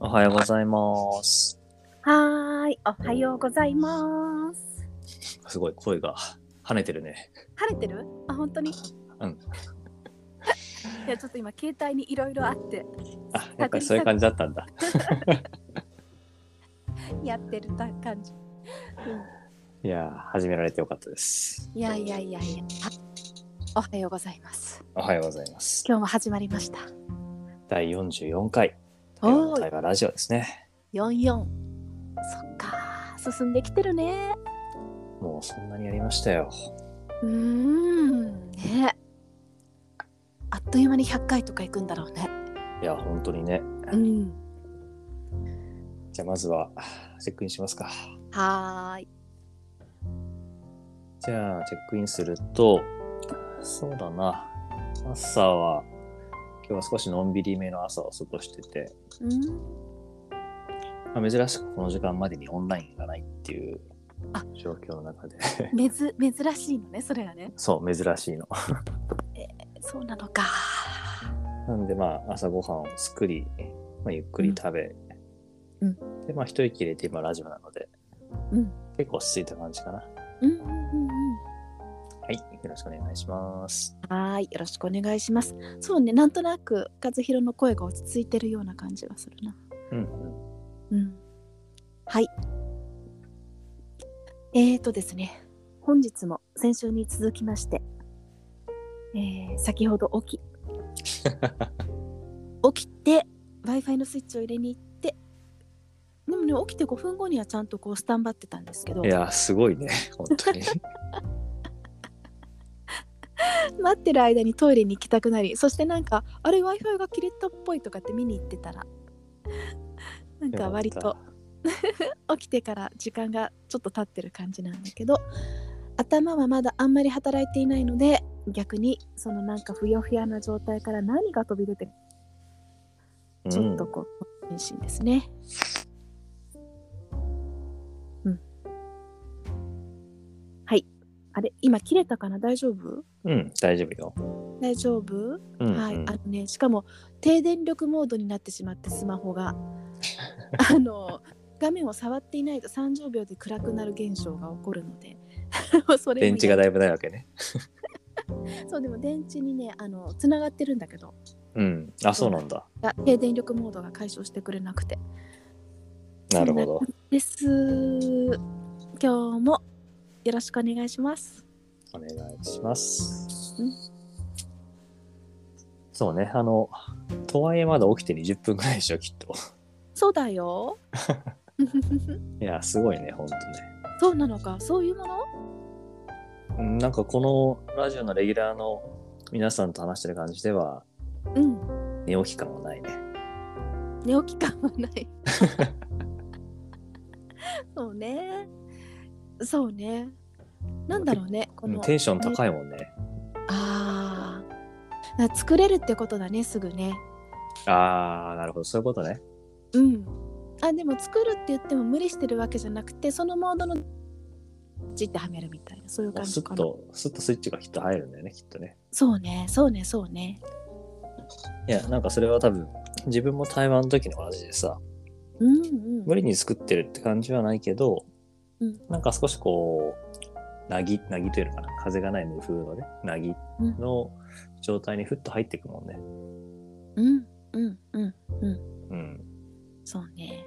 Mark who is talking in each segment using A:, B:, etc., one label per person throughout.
A: おはようございます。
B: はーい、おはようございます。
A: すごい声が跳ねてるね。
B: 晴れてる？あ、本当に。
A: うん。
B: いや、ちょっと今携帯にいろいろあって
A: あ、やっぱりそういう感じだったん だ。
B: やってるた感じ。
A: いやー、始められてよかったです。
B: いやいやいやいや。あおはようございます。
A: おはようございます。
B: 今日も始まりました。
A: 第44回、
B: おー
A: 台湾ラジオですね。
B: 四四。そっか、進んできてるね。
A: もうそんなにやりましたよ。
B: うーん、ね。あっという間に百回とか行くんだろうね。
A: いや、本当にね。
B: うん。
A: じゃあまずは、チェックインしますか。
B: はーい。
A: じゃあ、チェックインすると、そうだな。朝は、今日は少しのんびりめの朝を過ごしてて、
B: うん。
A: まあ、珍しくこの時間までにオンラインがないっていう
B: あ
A: 状況の中で、
B: めず珍しいのね、それがね。
A: そう、珍しいの。
B: そうなのか。
A: なんでまあ朝ごはんを作り、まあ、ゆっくり食べ、
B: うん
A: でまあ一息入れて今ラジオなので
B: うん。
A: 結構落ち着いた感じかな。
B: うんうんうんうん。
A: はい、よろしくお願いします。
B: はーい、よろしくお願いします。そうね、なんとなく和弘の声が落ち着いてるような感じがするな。
A: うんうん、
B: うん。はい。えーとですね、本日も先週に続きまして、えー先ほど起き、起きて Wi-Fi のスイッチを入れに行って、でもね、起きて5分後にはちゃんとこうスタンバってたんですけど
A: い、やーすごいね 本当 に。
B: 待ってる間にトイレに行きたくなりそしてなんかあれ w i f i が切れたっぽいとかって見に行ってたら なんか割
A: よ
B: と
A: かっ
B: 起きてから時間がちょっと経ってる感じなんだけど頭はまだあんまり働いていないので逆にそのなんかふよふやな状態から何が飛び出て
A: た。
B: ちょっとこう変身ですね。うん。はい。あれ今切れたかな大丈夫
A: うん、うん、大丈夫よ。
B: 大丈夫
A: うんうん、
B: はい、あのね、しかも低電力モードになってしまってスマホ があの画面を触っていないと30秒で暗くなる現象が起こるので それも
A: 電池がだいぶないわけね。
B: そうでも電池にねあの繋がってるんだけど
A: うん、あそうなんだ。
B: が低電力モードが解消してくれなくて
A: なるほど。
B: です今日もよろしくお願いします
A: お願いします
B: うん。
A: そうねあのとはいえまだ起きて20分ぐらいでしょきっと。
B: そうだよ
A: いやーすごいね本当ね。
B: そうなのかそういうもの
A: うんなんかこのラジオのレギュラーの皆さんと話してる感じでは
B: うん
A: 寝起き感はないね。
B: 寝起き感はないそうねそうね。なんだろうね、こ
A: うん
B: の。
A: テンション高いもんね。
B: ああ。だから作れるってことだね、すぐね。
A: あーなるほどそういうことね。
B: うん。あ、でも作るって言っても無理してるわけじゃなくて、そのモードの。じってはめるみたいな、そういう
A: も
B: 感
A: うス
B: じ
A: ッ
B: かな。
A: とスッとスイッチがきっと入るんだよねきっとね。
B: そうね、そうね、そうね。
A: いやなんかそれは多分自分も台湾の時の同じでさ
B: うんう
A: 無
B: ん。
A: 理に作ってるって感じはないけど、
B: うん
A: なんか少しこうなぎなぎというのかな風がない無風のねなぎの状態にふっと入ってくもんね。
B: うんうんうん。
A: うん、
B: そうね。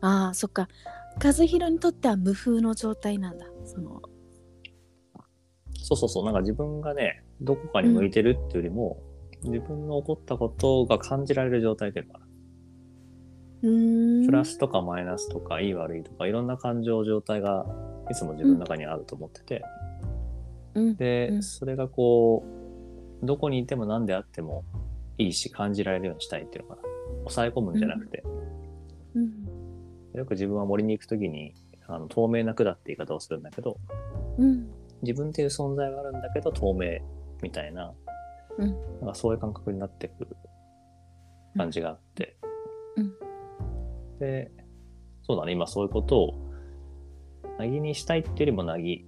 B: ああ、そっか。和弘にとっては無風の状態なんだ。その。
A: そうそうそう、なんか自分がね、どこかに向いてるっていうよりも、自分の起こったことが感じられる状態というのかな。
B: うーん。
A: プラスとかマイナスとか、いい悪いとか、いろんな感情、状態がいつも自分の中にあると思ってて、
B: うん。う
A: で、
B: ん
A: それがこう、どこにいても何であってもいいし、感じられるようにしたいっていうのかな。抑え込むんじゃなくて、
B: うん。
A: よく自分は森に行くときに、あの透明な管って言い方をするんだけど、
B: うん。
A: 自分っていう存在があるんだけど透明みたいな,、
B: うん
A: なんかそういう感覚になってくる感じがあって、
B: うん
A: でそうだね今そういうことをなぎにしたいっていうよりもなぎ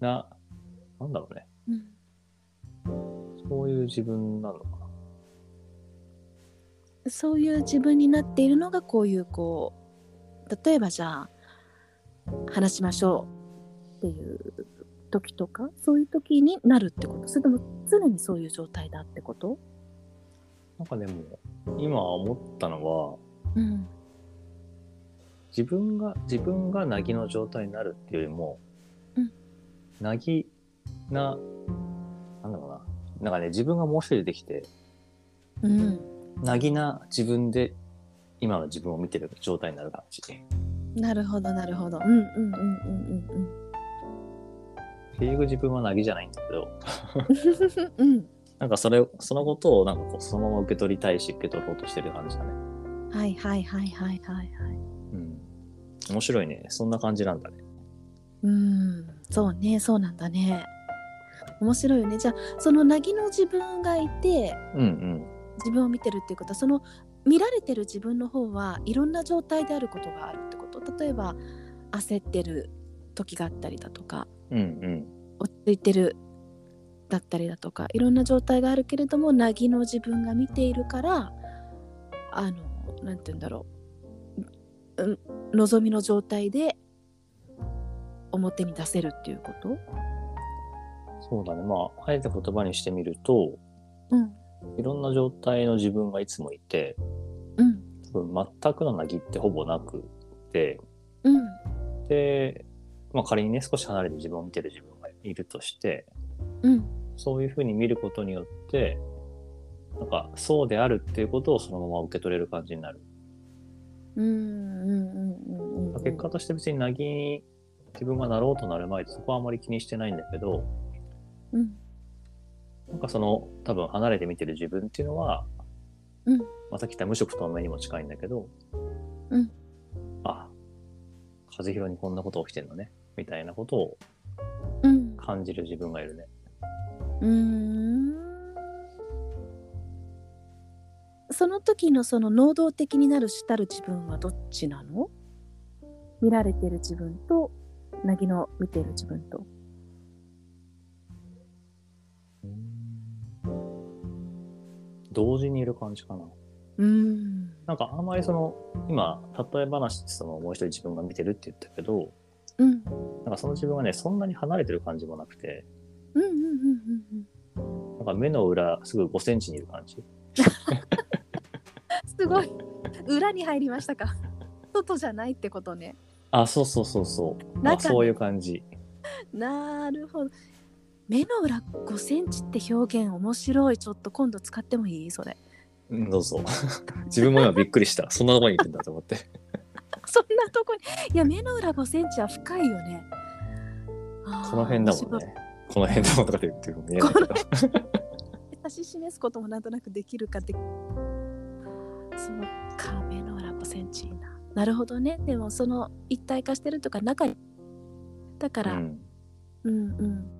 A: ななんだろうね
B: うん
A: そういう自分なのかな
B: そういう自分になっているのがこういうこう例えばじゃあ話しましょうっていう時とかそういう時になるってことそれとも常にそういう状態だってこと、
A: なんかでも、今思ったのは、
B: うん、
A: 自分が、自分がなぎの状態になるっていうよりも
B: うん、
A: なぎな、なんだろうな。なんかね、自分がもう一人出てきて、
B: うん、
A: なぎな自分で、今の自分を見てる状態になる感じ。
B: なるほどなるほどうんうんうんうんうんうん
A: 結局自分はなぎじゃないんだけど、
B: うん
A: なんかそれ、そのことをなんかこう、そのまま受け取りたいし、受け取ろうとしてる感じだね。
B: はいはいはいはいはいはい。
A: うん。面白いね。そんな感じなんだね。
B: うん、そうね、そうなんだね。面白いよね。じゃあ、そのなぎの自分がいて、
A: うんうん。
B: 自分を見てるっていうことは、その見られてる自分の方はいろんな状態であることがあるってこと。例えば、焦ってる時があったりだとか、
A: うんうん。
B: 落ち着いてるだったりだとか、いろんな状態があるけれども、なぎの自分が見ているから、あの、なんて言うんだろう。うん、望みの状態で表に出せるっていうこと
A: そうだね。まあ、あえて言葉にしてみると、
B: うん
A: いろんな状態の自分がいつもいて、
B: うん
A: 多分全くのなぎってほぼなくて、
B: うん
A: で、まあ仮にね、少し離れて自分を見てる自分がいるとして、
B: うん
A: そういうふうに見ることによって、なんか、そうであるっていうことをそのまま受け取れる感じになる。
B: うんうんうんうん
A: まあ結果として別になぎに自分がなろうとなる前でそこはあまり気にしてないんだけど、
B: うん
A: なんかその、多分離れて見てる自分っていうのは、
B: うん
A: また来た無色透明にも近いんだけど、
B: うん
A: あ、和弘にこんなこと起きてんのね、みたいなことを
B: うん
A: 感じる自分がいるね。
B: うーんその時のその能動的になる主たる自分はどっちなの見られてる自分となぎの見てる自分と
A: 同時にいる感じかな。
B: うん
A: なんかあんまりその、今、例え話でそのもう一人自分が見てるって言ったけど、
B: うん
A: なんかその自分がね、そんなに離れてる感じもなくて、
B: うんうんうんうんうん
A: なんか目の裏すぐ5センチにいる感じ。
B: すごい裏に入りましたか 外じゃないってことね
A: あ、そうそうそうそう。なんか
B: 中に
A: そういう感じ。
B: なるほど。目の裏5センチって表現面白い。ちょっと今度使ってもいいそれ。
A: うん、どうぞ。 自分も今びっくりした。そんなとこに行くんだと思って。
B: そんなとこに。いや、目の裏5センチは深いよね。あー
A: この辺だもん。ね。この辺だもんとかって言っても見えないけど。
B: 指し示すこともなんとなくできるかって。そうか、目の裏5センチいいな。なるほどね。でもその一体化してるとか中に。だから、
A: う
B: うん、
A: ん、
B: うん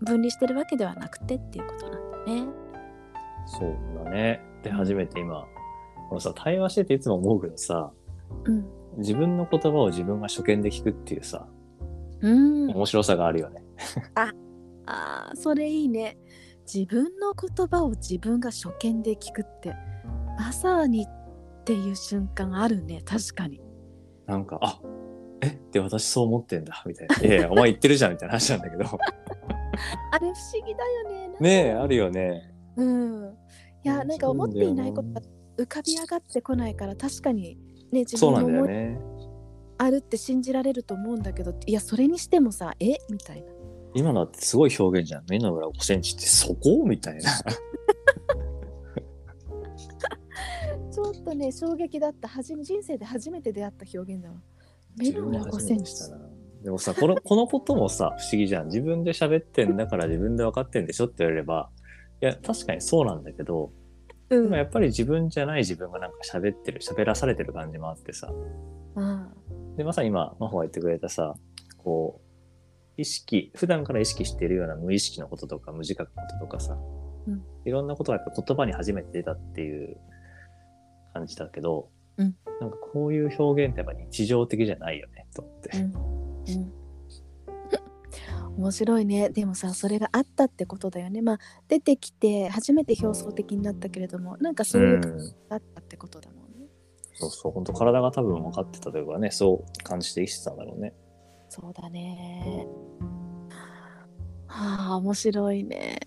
B: 分離してるわけではなくてっていうことなんだね。
A: そうだね。で、初めて今、このさ、対話してていつも思うけどさ、
B: うん。
A: 自分の言葉を自分が初見で聞くっていうさ、
B: うん。
A: 面白さがあるよね。
B: あーそれいいね自分の言葉を自分が初見で聞くってまさにっていう瞬間あるね確かに
A: なんか、あえって私そう思ってんだ、みたい な。いやいや、お前言ってるじゃん、みたいな話なんだけ ど。
B: あれ不思議だよねなんか
A: ねえ、あるよね。
B: うんいやなんか思っていないことが浮かび上がってこないから確かにね自
A: そう
B: 分
A: な
B: の
A: んだ
B: 思
A: よ
B: い
A: ね。
B: あるって信じられると思うんだけどいやそれにしてもさえみたいな
A: 今のはすごい表現じゃん。目の裏5センチってそこみた いな。
B: ちょっとね衝撃だった初め人生で初めて出会った表現だわ目
A: 自
B: の
A: 分
B: 裏
A: も
B: 5
A: 初
B: セ
A: め
B: ン
A: て
B: チ
A: したな。でもさ、この、このこともさ、不思議じゃん。自分で喋ってんだから自分で分かってんでしょって言われれば、いや、確かにそうなんだけど、
B: う
A: でも
B: ん
A: やっぱり自分じゃない自分がなんか喋ってる、喋らされてる感じもあってさ。
B: あ
A: で、まさに今、真帆が言ってくれたさ、こう、意識、普段から意識しているような無意識のこととか無自覚のこととかさ、
B: うん
A: いろんなことがやっぱ言葉に初めて出たっていう感じだけど、
B: うん
A: なんかこういう表現ってやっぱ日常的じゃないよね、と思って。
B: うんうん 面白いねでもさそれがあったってことだよねまあ出てきて初めて表層的になったけれどもなんかそういう感じだったってことだもんね、
A: そうそう、本当体が多分分かってたというかね、そう感じて生きてたんだろうね。
B: そうだねはあ面白いね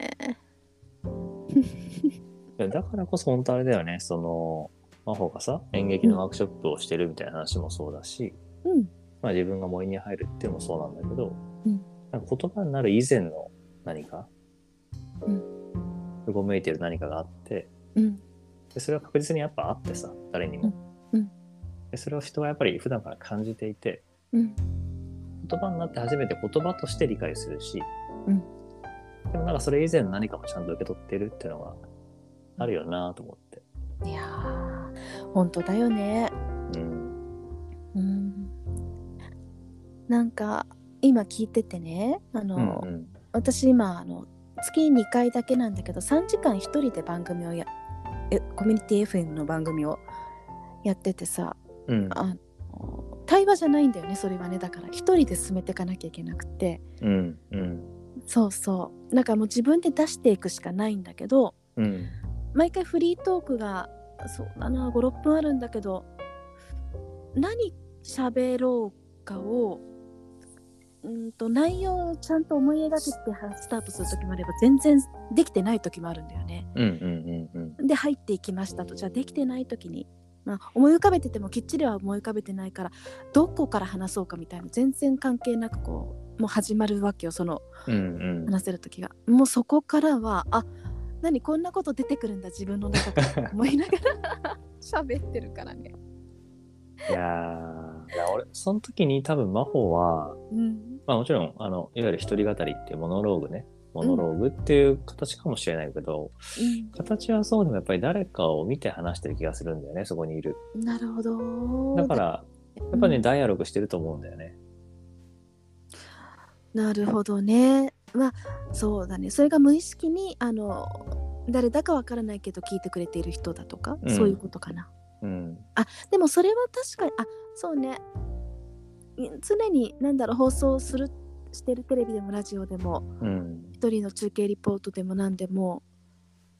A: でだからこそ本当あれだよね、その、真帆がさ、演劇のワークショップをしてるみたいな話もそうだし、
B: うん
A: まあ自分が森に入るっていうのもそうなんだけど、
B: うん
A: なんか言葉になる以前の何か、
B: う
A: うごめいてる何かがあって、
B: うん
A: でそれは確実にやっぱあってさ、誰にも。
B: うんうん
A: でそれを人はやっぱり普段から感じていて、
B: うん
A: 言葉になって初めて言葉として理解するし、
B: うん
A: でもなんかそれ以前の何かもちゃんと受け取ってるっていうのがあるよなと思って、
B: いやー本当だよね
A: うん、
B: うんなんか今聞いててねあの、
A: うんうん
B: 私今あの月2回だけなんだけど3時間1人で番組をやえコミュニティ FM の番組をやっててさ
A: うん
B: あの対話じゃないんだよねそれはねだから1人で進めていかなきゃいけなくて
A: うんうん
B: そうそうなんかもう自分で出していくしかないんだけど
A: うん
B: 毎回フリートークがそうだな56分あるんだけど何喋ろうかをうんと内容をちゃんと思い描けてはスタートする時もあれば全然できてない時もあるんだよね。
A: うんうんうん
B: で入っていきましたとじゃあできてない時に、まあ、思い浮かべててもきっちりは思い浮かべてないからどこから話そうかみたいな全然関係なくこうもう始まるわけよその
A: うんうん
B: 話せる時がもうそこからはあ何こんなこと出てくるんだ自分の中から 思いながら 喋ってるからね
A: いやーいや俺その時に多分真帆は
B: うん
A: まあもちろんあのいわゆる一人語りっていうモノローグねモノローグっていう形かもしれないけど、形はそうでもやっぱり誰かを見て話してる気がするんだよねそこにいる
B: うんなるほど
A: だからやっぱね、
B: うん
A: ダイアログしてると思うんだよね
B: なるほどねまあそうだねそれが無意識にあの誰だかわからないけど聞いてくれている人だとか、
A: うん
B: そういうことかな
A: うん
B: でもそれは確かにあそうねい常に何だろう放送するしてるテレビでもラジオでも
A: うん
B: 一人の中継リポートでも何でも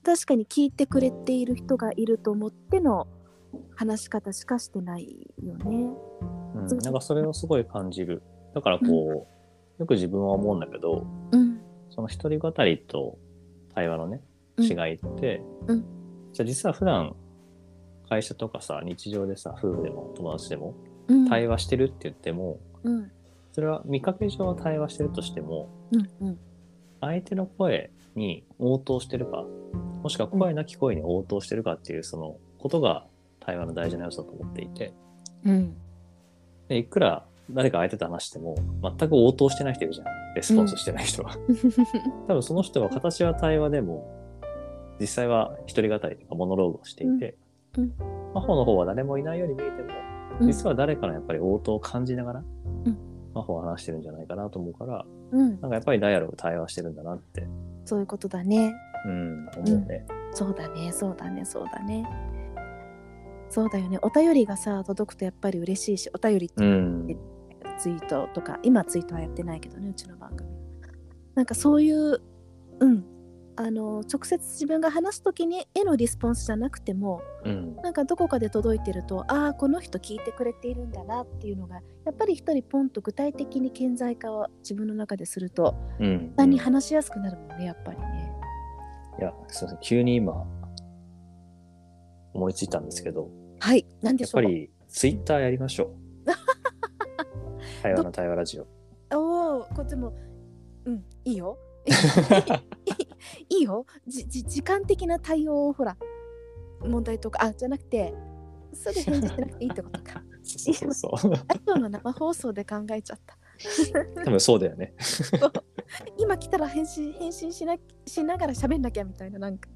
B: 確かに聞いてくれている人がいると思っての話し方しかしてないよね。
A: うん、なんかそれをすごい感じる。だからこ う、よく自分は思うんだけど、
B: うん、
A: その一人語りと対話のね、
B: うん
A: 違いって、
B: うん
A: じゃあ実は普段、会社とかさ、日常でさ、夫婦でも友達でも、
B: うん、
A: 対
B: 話、
A: 話してるって言っても、
B: うん
A: それは見かけ上は対話してるとしても、
B: うんうん、
A: 相手の声に応答してるか、もしくは声なき声に応答してるかっていう、そのことが対話の大事な要素だと思っていて、
B: うん、
A: でいくら誰か相手と話しても全く応答してない人いるじゃんレスポンスしてない人は、多分その人は形は対話でも実際は一人語りとかモノローグをしていて、
B: うんう
A: 真帆の方は誰もいないように見えても
B: うん
A: 実は誰かのやっぱり応答を感じながら、
B: うん
A: 真帆は話してるんじゃないかなと思うから
B: うん、
A: なんかやっぱりダイアログ対話してるんだなって、
B: そういうことだね。
A: うん、思うね、
B: そうだね、そうだね、そうだね。そうだよね。お便りがさ届くとやっぱり嬉しいし、お便りって
A: うん
B: ツイートとか今ツイートはやってないけどねうちの番組なんかそういううんあの直接自分が話す時に絵のリスポンスじゃなくても
A: うん
B: なんかどこかで届いてるとああこの人聞いてくれているんだなっていうのがやっぱり一人ポンと具体的に顕在化を自分の中ですると
A: うん
B: 何に
A: い
B: 話しやすくなるもんねやっぱりね
A: やすいません急に今思いついたんですけど、
B: はい何で
A: やっ
B: しょ
A: ぱ
B: う
A: りツイッターやりま しょう。対話の対話ラジオ。
B: おおこっちもうんいいよいいよじじ時間的な対応をほら問題とかあじゃなくてすぐ返事しなくていいってことか
A: そうそうそう。
B: あ今日の生放送で考えちゃった
A: 多分そうだよね。
B: 今来たら返信返信しなしながら喋んなきゃみたいななんか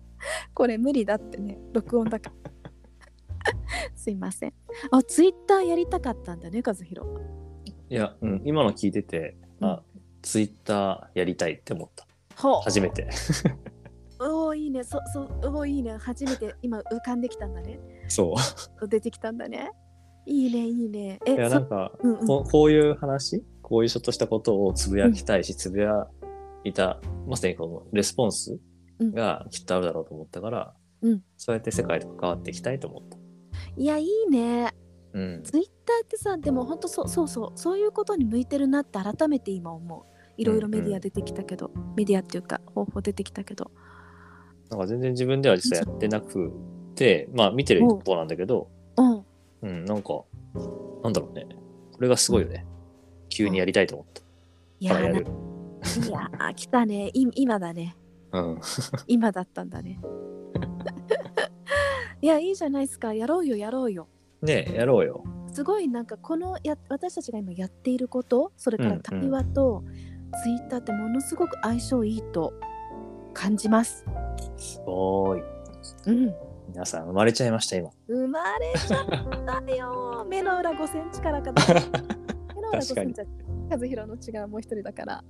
B: これ無理だってね録音だから すいませんあツイッターやりたかったんだね和弘
A: いや、うん、今の聞いてて、あ、ツイッターやりたいって思った。
B: ほう
A: 初めて。
B: おおいいねそそおおいいね初めて今浮かんできたんだね
A: そ
B: 出てきたんだね。いいねいいね。え
A: う。いや、
B: そ
A: なんか、
B: うんうん
A: ここういう話こういうちょっとしたことをつぶやきたいし、つぶやいた、まさにこのレスポンスがきっとあるだろうと思ったから、
B: うん
A: そうやって世界と関わっていきたいと思った。
B: いやいいね
A: うん。
B: ツイッターってさでもほんとそうそうそうそういうことに向いてるなって改めて今思ういろいろメディア出てきたけど、メディアっていうか方法出てきたけど
A: なんか全然自分では実際やってなくて、まあ見てることなんだけど、
B: うん
A: うん、なんか、なんだろうね。これがすごいよね。急にやりたいと思っ
B: い
A: た
B: や
A: からや
B: ー
A: る。
B: ないやー来たねい今だ ね
A: うん。
B: 今だったんだね いやいいじゃないですかやろうよやろうよ
A: ねえやろうよ。
B: すごいなんかこのや私たちが今やっていることそれか
A: うんう
B: ら
A: ん
B: 対話とツイッターってものすごく相性いいと感じます。
A: すごーい。
B: うん、
A: 皆さん生まれちゃいました、今。
B: 生まれちゃっ たよ目の裏5センチからかな目の裏5センチは和弘の違うもう一人だから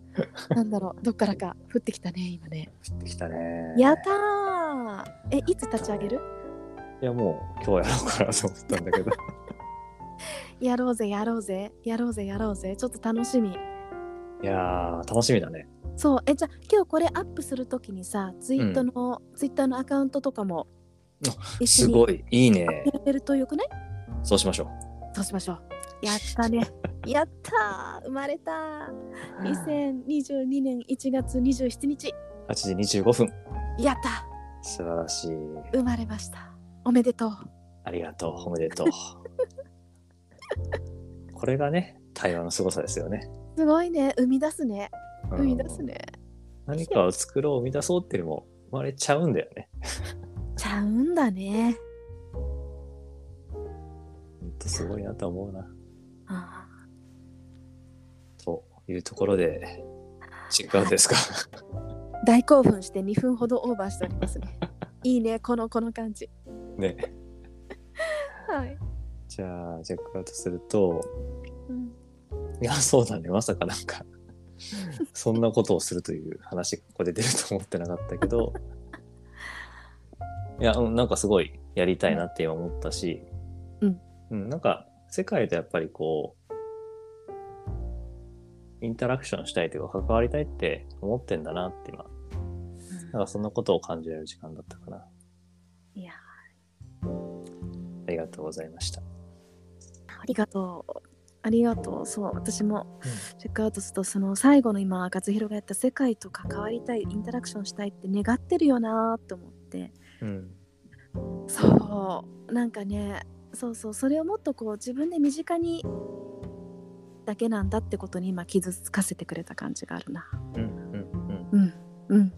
B: なん だろうどっからか降ってきたね今ね
A: 降ってきたね。
B: やったーえいつ立ち上げる
A: いや、もう今日やろうかなと思ったんだけ ど。
B: やろうぜやろうぜやろうぜやろうぜちょっと楽しみ
A: いやー、楽しみだね。
B: そうえじゃあ今日これアップするときにさツイートの、ツイッターのアカウントとかも
A: すご
B: い
A: い。いいね。
B: やれるとよくない
A: そうしましょう。
B: そうしましょうやった ねやったー生まれたー2022年1月27日
A: 8時25分。
B: やった
A: 素晴らしい。
B: 生まれましたおめでとう
A: ありがとう。おめで とう。これがね、対話の凄さですよね。
B: すごいね生み出すね
A: うん
B: 生み出すね、
A: 何かを作ろう、生み出そうっていうのも生まれちゃうんだよね。
B: ちゃうんだね
A: ほんとすごいなと思うな。
B: あ
A: というところで、違うです か。
B: ー大興奮して2分ほどオーバーしており ますねいいねこのこの感じ
A: ね。
B: はい、
A: じゃあ、チェックアウトすると、
B: うん、
A: いや、そうだね。まさかなんか、そんなことをするという話がここで出ると思ってなかったけ ど、いや、うん、なんかすごいやりたいなって今思ったし、
B: うん。
A: うん、なんか、世界とやっぱりこう、インタラクションしたいというか、関わりたいって思ってんだなって今、なんかそんなことを感じられる時間だったかな。
B: いや
A: ありがとうございました。
B: ありがとう。ありがとう。そう、私もチェックアウトすると、その最後の今、勝弘がやった世界と関わりたい、インタラクションしたいって願ってるよなと思って。
A: うん。
B: そう、なんかね、そうそう、それをもっとこう自分で身近にだけなんだってことに今傷つかせてくれた感じがあるな。
A: うん。うん。
B: うんうん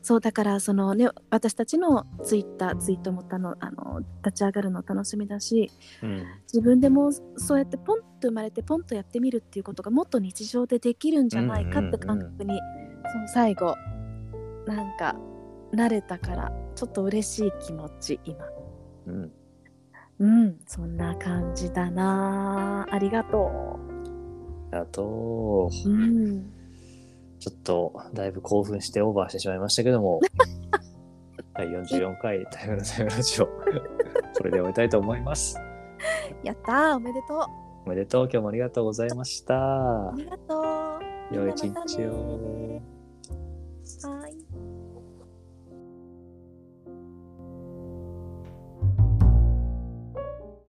B: そうだからそのね私たちのツイッターツイートもたのあの立ち上がるの楽しみだし
A: うん。
B: 自分でもそうやってポンと生まれてポンとやってみるっていうことがもっと日常でできるんじゃないかって感覚にその最後なんか慣れたからちょっと嬉しい気持ち今
A: うん。うん
B: うんそんな感じだなありがと
A: ありがとう。
B: ううん
A: ちょっとだいぶ興奮してオーバーしてしまいましたけど も、第44回「タイムのタイムラジオ」これで終えたいと思います。
B: やったーおめでとう
A: おめでとう、今日もありがとうございました
B: あ。りがとう
A: 良い
B: み
A: 一
B: んなまたね
A: 日を。